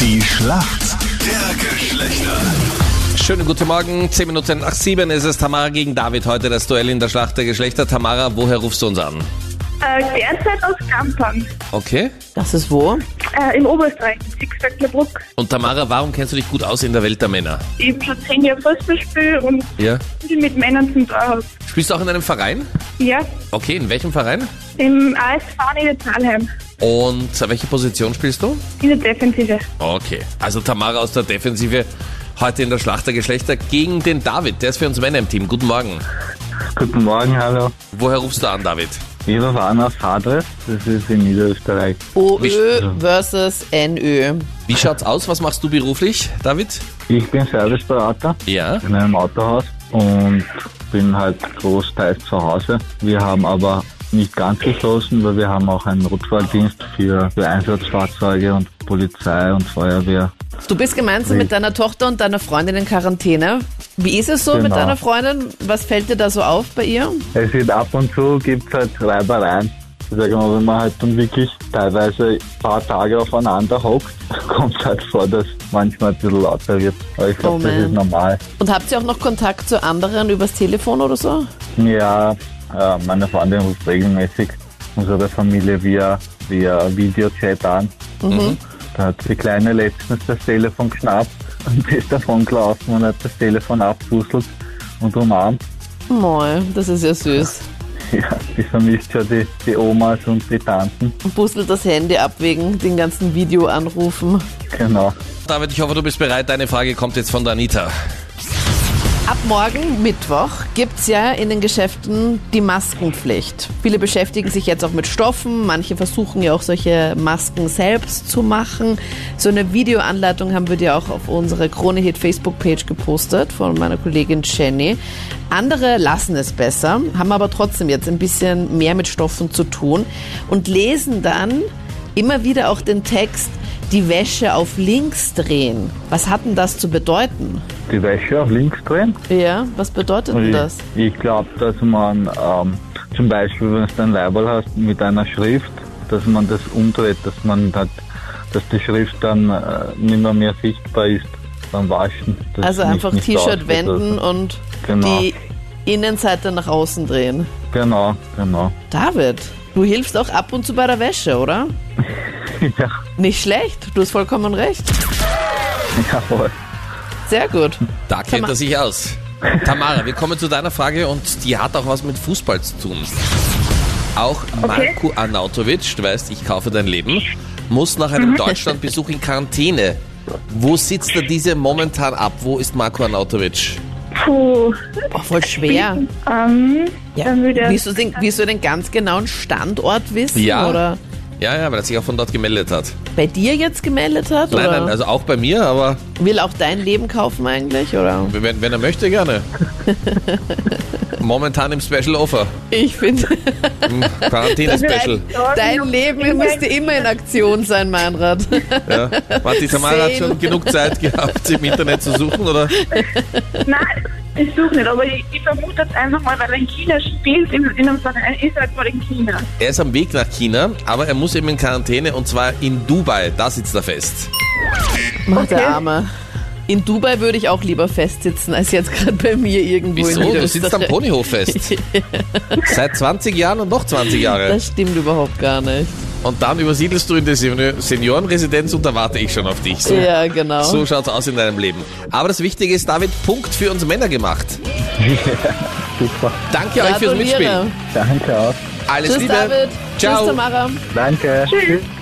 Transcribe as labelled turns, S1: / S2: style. S1: Die Schlacht der Geschlechter.
S2: Schönen guten Morgen, 10 Minuten nach 7 ist es Tamara gegen David heute, das Duell in der Schlacht der Geschlechter. Tamara, woher rufst du uns an?
S3: Äh, derzeit aus Kampern,
S2: Okay.
S4: Das ist wo?
S3: äh, im Oberösterreich, Sixtagnerbruck.
S2: Und Tamara, warum kennst du dich gut aus in der Welt der Männer?
S3: Ich habe schon zehn Jahre Fußball gespielt und
S2: Ja.
S3: viel mit Männern zum Tor aus.
S2: Spielst du auch in einem Verein?
S3: Ja,
S2: Okay, in welchem Verein?
S3: im ASV Niedertalheim,
S2: Und welche Position spielst du?
S3: in der Defensive.
S2: Okay. Also Tamara aus der Defensive heute in der Schlacht der Geschlechter gegen den David. Der ist für uns Männer im Team. Guten Morgen.
S5: Guten Morgen, hallo.
S2: Woher rufst du an, David?
S5: Ich rufe an aus Hadres, das ist in Niederösterreich.
S2: Wie-
S4: OÖ versus NÖ.
S2: Wie schaut's aus? Was machst du beruflich, David?
S5: Ich bin Serviceberater
S2: Ja.
S5: in einem Autohaus und bin halt großteils zu Hause. Wir haben aber nicht ganz geschlossen, weil wir haben auch einen Rotfahrdienst für, für Einsatzfahrzeuge und Polizei und Feuerwehr.
S4: Du bist gemeinsam mit deiner Tochter und deiner Freundin in Quarantäne. Wie ist es so mit
S5: Genau.
S4: deiner Freundin? Was fällt dir da so auf bei ihr?
S5: Es sind ab und zu gibt halt Reibereien. Ich sage mal, wenn man halt dann wirklich teilweise ein paar Tage aufeinander hockt, kommt halt vor, dass manchmal ein bisschen lauter wird. Aber ich glaube,
S4: Oh
S5: das
S4: man.
S5: ist normal.
S4: Und habt ihr auch noch Kontakt zu anderen übers Telefon oder so?
S5: Ja, äh, meine Freundin ruft regelmäßig unsere Familie via, via Videochat an. Da hat die Kleine letztens das Telefon geschnappt und ist davon gelaufen und hat das Telefon abfusselt und umarmt.
S4: Moin, das ist ja süß.
S5: Ja, die vermisst ja die, die Omas und die Tanten.
S4: Und bustelt das Handy ab wegen den ganzen Videoanrufen.
S5: Genau.
S2: David, ich hoffe, du bist bereit. Deine Frage kommt jetzt von der Anita.
S4: Ab morgen, Mittwoch, gibt's ja in den Geschäften die Maskenpflicht. Viele beschäftigen sich jetzt auch mit Stoffen, manche versuchen ja auch solche Masken selbst zu machen. So eine Videoanleitung haben wir dir auch auf unsere Krone-Hit Facebook-Page gepostet von meiner Kollegin Jenny. Andere lassen es besser, haben aber trotzdem jetzt ein bisschen mehr mit Stoffen zu tun und lesen dann immer wieder auch den Text, die Wäsche auf links drehen. Was hat denn das zu bedeuten?
S5: Die Wäsche auf links drehen.
S4: Ja, was bedeutet denn
S5: Ich,
S4: das?
S5: ich glaube, dass man ähm, zum Beispiel, wenn du ein Label hast mit einer Schrift, dass man das umdreht, dass man halt, dass die Schrift dann äh, nicht mehr, mehr sichtbar ist beim Waschen. dass
S4: Also
S5: es nicht-
S4: einfach
S5: nicht
S4: T-Shirt
S5: rausgeht.
S4: wenden und
S5: Genau.
S4: die Innenseite nach außen drehen.
S5: Genau, genau.
S4: David, du hilfst auch ab und zu bei der Wäsche, oder?
S5: ja,
S4: Nicht schlecht, du hast vollkommen recht.
S5: jawohl.
S4: Sehr gut.
S2: Da kennt
S4: Tama-
S2: er sich aus. Tamara, wir kommen zu deiner Frage und die hat auch was mit Fußball zu tun. Auch Marko Arnautovic, du weißt, ich kaufe dein Leben, muss nach
S4: Mhm.
S2: einem Deutschlandbesuch in Quarantäne. Wo sitzt er diese momentan ab? Wo ist Marko Arnautovic?
S3: Puh,
S4: Boah, voll schwer.
S3: ähm,
S4: Ja.
S3: dann würde
S4: Willst, du den, willst du den ganz genauen Standort wissen?
S2: Ja.
S4: Oder
S2: Ja, ja, weil er sich auch von dort gemeldet hat.
S4: bei dir jetzt gemeldet hat?
S2: Nein,
S4: oder
S2: nein, also auch bei mir, aber
S4: will auch dein Leben kaufen eigentlich? Oder?
S2: wenn, wenn er möchte, gerne. Momentan im Special Offer.
S4: Ich finde,
S2: Im Quarantäne-Special.
S4: dein Leben müsste immer in Aktion sein, Meinrad.
S2: Ja. Warte, die Tamara hat
S4: Same.
S2: schon genug Zeit gehabt, im Internet zu suchen, oder?
S3: Nein, ich suche nicht, aber ich, ich vermute jetzt einfach mal, weil er in China spielt, in, in einem Verein ist halt er jetzt mal in China.
S2: Er ist am Weg nach China, aber er muss eben in Quarantäne und zwar in Dubai. Da sitzt er fest.
S4: Macht der Arme. In Dubai würde ich auch lieber festsitzen, als jetzt gerade bei mir irgendwo in
S2: Wieso? Du
S4: Niederösterreich.
S2: sitzt am Ponyhof fest. Seit 20 Jahren und noch 20 Jahre.
S4: Das stimmt überhaupt gar nicht.
S2: Und dann übersiedelst du in die Senior- Seniorenresidenz und da warte ich schon auf dich. So,
S4: Ja, genau.
S2: so schaut's aus in deinem Leben. Aber das Wichtige ist, David, Punkt für uns Männer gemacht.
S5: Super.
S2: Danke euch fürs
S4: Gratuliere.
S2: Mitspielen.
S5: Danke auch.
S2: Alles
S4: Tschüss,
S2: Liebe.
S4: David.
S2: Ciao.
S4: Tschüss, Tamara.
S5: Danke. Tschüss.